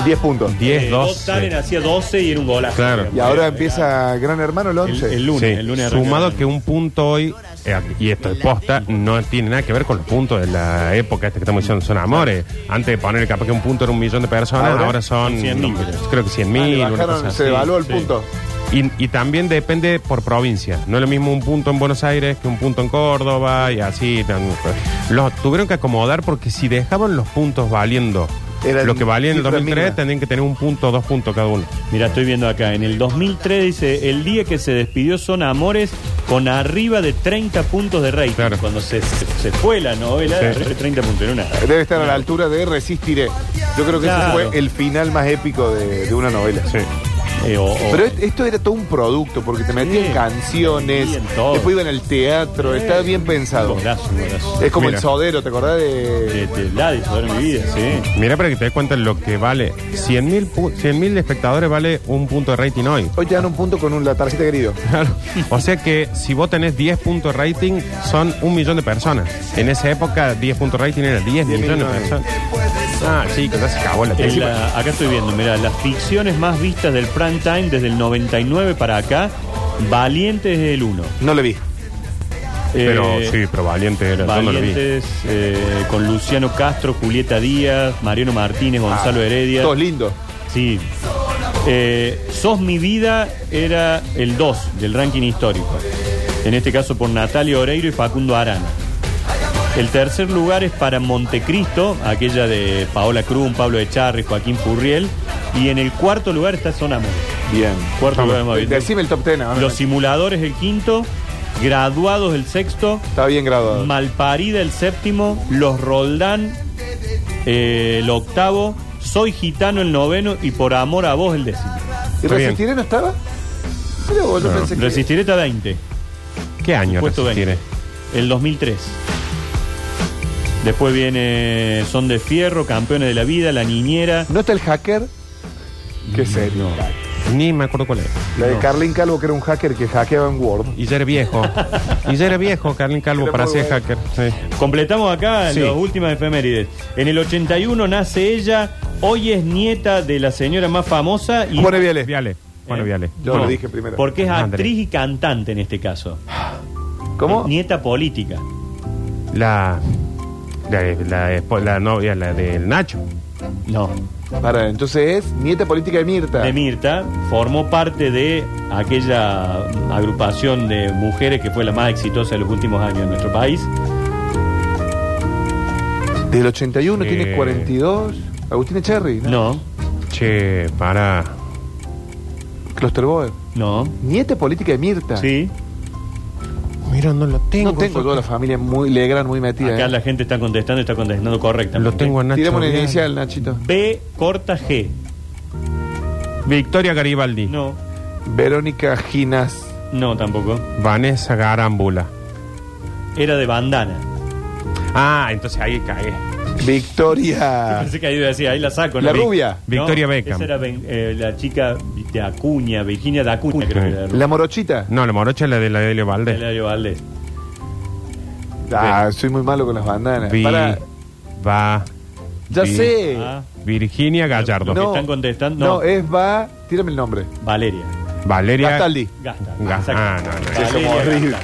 Speaker 2: 10 puntos.
Speaker 3: 10,
Speaker 1: Eh, Bob
Speaker 3: 12.
Speaker 1: Talen hacía 12 y era un golazo.
Speaker 3: Claro.
Speaker 2: Y ahora empieza Gran Hermano el
Speaker 1: el,
Speaker 2: 11.
Speaker 1: el lunes.
Speaker 3: Sí,
Speaker 1: el lunes arranca
Speaker 3: sumado
Speaker 1: la-
Speaker 3: que un punto hoy, eh, y esto es posta, no tiene nada que ver con los puntos de la época esta que estamos diciendo, son amores. Antes de poner capaz que un punto era un millón de personas,
Speaker 2: Ahora,
Speaker 3: ahora, son
Speaker 1: 100.000,
Speaker 3: no, creo que 100
Speaker 2: Ah, le
Speaker 3: mil.
Speaker 2: bajaron, se devaluó el
Speaker 1: sí.
Speaker 2: punto.
Speaker 3: Y, y también depende por provincia. No es lo mismo un punto en Buenos Aires que un punto en Córdoba y así. tan- pues, Los tuvieron que acomodar porque si dejaban los puntos valiendo
Speaker 2: Eran
Speaker 3: lo que valía en el
Speaker 2: cifras
Speaker 3: 2003,
Speaker 2: mínimas.
Speaker 3: tendrían que tener un punto, dos puntos cada uno.
Speaker 1: Mira, estoy viendo acá. En el 2003 dice: El día que se despidió son amores con arriba de 30 puntos de rating.
Speaker 3: Claro.
Speaker 1: Cuando se, se, se fue la novela,
Speaker 3: Sí.
Speaker 1: arriba de 30 puntos. Era una.
Speaker 2: Debe estar a la altura de Resistiré. Yo creo que
Speaker 1: Claro.
Speaker 2: ese fue el final más épico de, de una novela.
Speaker 3: Sí.
Speaker 1: eh, o- o-
Speaker 2: Pero es- esto era todo un producto, porque te metían
Speaker 1: Sí.
Speaker 2: canciones,
Speaker 1: Metían todo.
Speaker 2: después iban al teatro, estaba bien
Speaker 1: un
Speaker 2: pensado.
Speaker 1: golazo, un golazo.
Speaker 2: Es como
Speaker 3: Mira.
Speaker 2: el sodero, ¿te acordás
Speaker 1: De,
Speaker 2: de...?
Speaker 1: de Ladis, ahora en mi vida, sí.
Speaker 3: Mira para que te des cuenta lo que vale. 100.000 pu- 100.000 espectadores vale un punto de rating hoy.
Speaker 2: Hoy te dan un punto con un- la tarjeta querido.
Speaker 3: Claro. O sea que si vos tenés 10 puntos de rating, son un millón de personas. En esa época, 10 puntos de rating eran 10 millones de
Speaker 2: millones.
Speaker 3: personas. Ah, sí, que ya se acabó la
Speaker 1: En
Speaker 3: tele.
Speaker 1: la- acá estoy viendo, mira, las ficciones más vistas del prime time desde el 99 para acá, Valientes es el Eh, 1.
Speaker 2: No le vi.
Speaker 3: Pero
Speaker 2: eh,
Speaker 3: sí, pero valiente era. yo no lo vi.
Speaker 1: Valientes, eh, con Luciano Castro, Julieta Díaz, Mariano Martínez,
Speaker 2: Ah,
Speaker 3: Ah,
Speaker 1: Gonzalo Heredia.
Speaker 2: Todos lindos.
Speaker 1: Sí. Eh, Sos mi vida era el 2 del ranking histórico. En este caso por Natalia Oreiro y Facundo Arana. El tercer lugar es para Montecristo, aquella de Paola Cruz, Pablo Echarri, Joaquín Furriel. Y en el cuarto lugar está Son Amor.
Speaker 2: Bien.
Speaker 1: Cuarto lugar más bien.
Speaker 2: Decime el top ten
Speaker 3: Ah,
Speaker 2: ahora.
Speaker 1: Los simuladores el quinto, graduados el sexto,
Speaker 2: Está bien graduado.
Speaker 1: Malparida el séptimo, Los Roldán eh, el octavo, Soy Gitano el noveno y Por Amor a Vos el décimo.
Speaker 2: ¿Y
Speaker 3: Está bien.
Speaker 2: Resistiré no estaba? Mira vos, yo
Speaker 3: No,
Speaker 2: pensé que-
Speaker 1: Resistireta 20,
Speaker 3: ¿Qué año
Speaker 1: puesto 20,
Speaker 3: tiene?
Speaker 1: el 2003. Después viene Son de Fierro, Campeones de la Vida, La Niñera.
Speaker 2: ¿No está el hacker?
Speaker 1: Mm,
Speaker 2: Qué serio.
Speaker 3: Ni me acuerdo cuál era.
Speaker 2: La de Carlin Calvo, que era un hacker que hackeaba en Word.
Speaker 3: Y ya era viejo. y ya era viejo, Carlin Calvo,
Speaker 2: Era
Speaker 3: para
Speaker 2: muy
Speaker 3: ser
Speaker 2: bueno.
Speaker 3: hacker. Sí.
Speaker 1: Completamos acá
Speaker 3: Sí.
Speaker 1: las últimas efemérides. En el 81 nace ella, hoy es nieta de la señora más famosa y...
Speaker 2: Juana Viale.
Speaker 3: Viale. Bueno,
Speaker 1: Eh,
Speaker 3: Viale.
Speaker 2: Yo
Speaker 1: Bueno,
Speaker 2: lo dije primero.
Speaker 1: Porque es
Speaker 3: Andrés.
Speaker 1: actriz y cantante en este caso.
Speaker 2: ¿Cómo?
Speaker 1: Nieta política.
Speaker 3: La. La, la espo- la novia, la del Nacho.
Speaker 1: No.
Speaker 2: Para, entonces es nieta política de Mirta.
Speaker 1: De Mirta formó parte de aquella agrupación de mujeres que fue la más exitosa de los últimos años en nuestro país.
Speaker 2: Del 81 tiene
Speaker 3: Eh.
Speaker 2: 42. Agustín Echerry.
Speaker 1: No,
Speaker 3: Che, para.
Speaker 2: Klosterboer.
Speaker 1: no.
Speaker 2: Nieta política de Mirta.
Speaker 1: Sí.
Speaker 3: Mira, no lo tengo.
Speaker 2: No tengo toda la familia muy legrand, muy metida.
Speaker 1: Acá
Speaker 2: eh.
Speaker 1: la gente está contestando, está contestando correctamente.
Speaker 3: Lo tengo a Nacho.
Speaker 2: Tiremos una
Speaker 3: Viale.
Speaker 2: inicial, Nachito.
Speaker 1: B corta G.
Speaker 3: Victoria Garibaldi.
Speaker 1: No,
Speaker 2: Verónica Ginas.
Speaker 1: no tampoco.
Speaker 3: Vanessa Garámbula.
Speaker 1: era de bandana.
Speaker 3: Ah, entonces ahí cae.
Speaker 2: Victoria.
Speaker 1: Pensé que ahí decía, ahí la saco. ¿no?
Speaker 2: Ah. La
Speaker 1: Vic-
Speaker 2: rubia.
Speaker 3: Victoria Beckham.
Speaker 1: Esa era Ben- eh, la chica de Acuña, Virginia de Acuña, creo que era.
Speaker 2: La morochita.
Speaker 3: No, la morocha es la de la de Elio Valdés.
Speaker 1: Hilario Valdés.
Speaker 2: Ah, soy muy malo con las bandanas.
Speaker 3: Vi-
Speaker 2: Pará.
Speaker 3: va.
Speaker 2: Ya
Speaker 3: vi-
Speaker 2: sé.
Speaker 1: Ah,
Speaker 3: Virginia Gallardo.
Speaker 1: No. están contestando.
Speaker 2: No, eh. es va. Tírame el nombre.
Speaker 1: Valeria.
Speaker 3: Valeria.
Speaker 2: Gastaldi.
Speaker 1: Gasta.
Speaker 3: Ga- ah, no, no,
Speaker 2: no. Eso es horrible.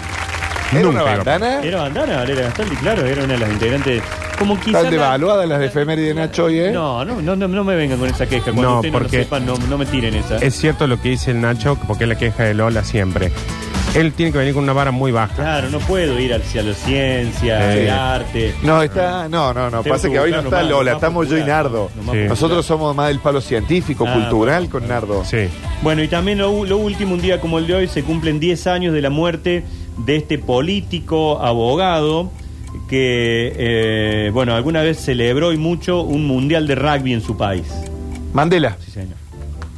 Speaker 2: ¿Era
Speaker 3: Nunca
Speaker 2: una
Speaker 3: iba-
Speaker 2: bandana?
Speaker 1: Era bandana, Valeria Gastaldi, claro, era una de las integrantes. Como quizás.
Speaker 2: Están devaluadas las de efeméride de Nacho hoy, ¿eh?
Speaker 1: No, no, no, no, no me vengan con esa queja. Cuando
Speaker 3: No,
Speaker 1: ustedes no lo
Speaker 3: porque-
Speaker 1: sepan, no, no me tiren esa.
Speaker 3: Es cierto lo que dice el Nacho, porque es la queja de Lola siempre. Él tiene que venir con una vara muy baja.
Speaker 1: Claro, no puedo ir hacia la ciencia,
Speaker 3: Sí.
Speaker 1: el arte.
Speaker 2: No, está. No, no, no.
Speaker 1: Tengo
Speaker 2: Pasa
Speaker 1: que
Speaker 2: que hoy no
Speaker 1: buscar
Speaker 2: está
Speaker 1: nomás,
Speaker 2: Lola,
Speaker 1: nomás
Speaker 2: estamos yo y
Speaker 1: popular,
Speaker 2: Nardo.
Speaker 1: nomás
Speaker 3: Sí.
Speaker 1: popular.
Speaker 2: Nosotros somos más del palo científico,
Speaker 1: Ah,
Speaker 2: cultural con Nardo.
Speaker 3: Sí.
Speaker 1: Bueno, y también lo, u- lo último, un día como el de hoy, se cumplen 10 años de la muerte de este político, abogado, que, eh, bueno, alguna vez celebró y mucho un mundial de rugby en su país.
Speaker 2: Mandela.
Speaker 1: Sí, señor.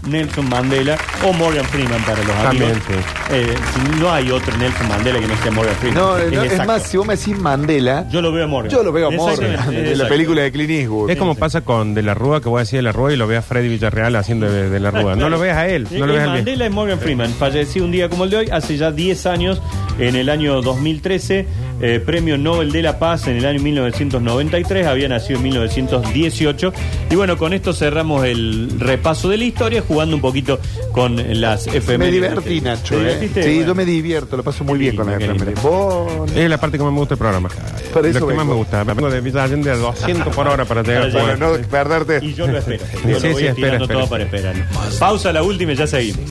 Speaker 1: Nelson Mandela o Morgan Freeman para los
Speaker 3: También,
Speaker 1: amigos.
Speaker 3: sí.
Speaker 1: Eh, si no hay otro Nelson Mandela que no sea Morgan Freeman.
Speaker 2: No, eh, no, es,
Speaker 1: exacto.
Speaker 2: más, si vos me decís Mandela, yo,
Speaker 1: Yo lo veo a Morgan.
Speaker 2: lo veo a Morgan.
Speaker 1: Exactamente,
Speaker 2: En la
Speaker 1: exacto.
Speaker 2: película de Clint Eastwood.
Speaker 3: Es como pasa con De la Rúa, que voy a decir De la Rúa y lo ve a Freddy Villarreal haciendo de, De la Rúa. No lo veas a él, no lo
Speaker 1: Eh,
Speaker 3: veas a él.
Speaker 1: Mandela es Morgan Freeman, falleció un día como el de hoy, hace ya 10 años, en el año 2013, eh, premio Nobel de la Paz en el año 1993, había nacido en 1918. Y bueno, con esto cerramos el repaso de la historia, jugando un poquito con las FM.
Speaker 2: Me divertí, Nacho.
Speaker 1: ¿Te
Speaker 2: eh.
Speaker 1: divertiste?
Speaker 2: Sí,
Speaker 1: Bueno.
Speaker 2: yo me divierto, lo paso muy
Speaker 1: Qué
Speaker 2: bien con la
Speaker 1: lindo, qué
Speaker 2: enfermería. Vos.
Speaker 3: Es la parte que más me gusta del programa.
Speaker 2: Por
Speaker 3: lo
Speaker 2: eso
Speaker 3: que más
Speaker 2: vengo.
Speaker 3: me gusta. Vengo de Villa Allende a 200 por hora para llegar.
Speaker 1: Para
Speaker 3: a
Speaker 2: Bueno, no perderte.
Speaker 1: Y yo lo espero. Yo lo
Speaker 3: Sí,
Speaker 1: voy
Speaker 3: sí, espera,
Speaker 1: estirando
Speaker 3: espera,
Speaker 1: todo para esperar. Pausa la última y ya seguimos.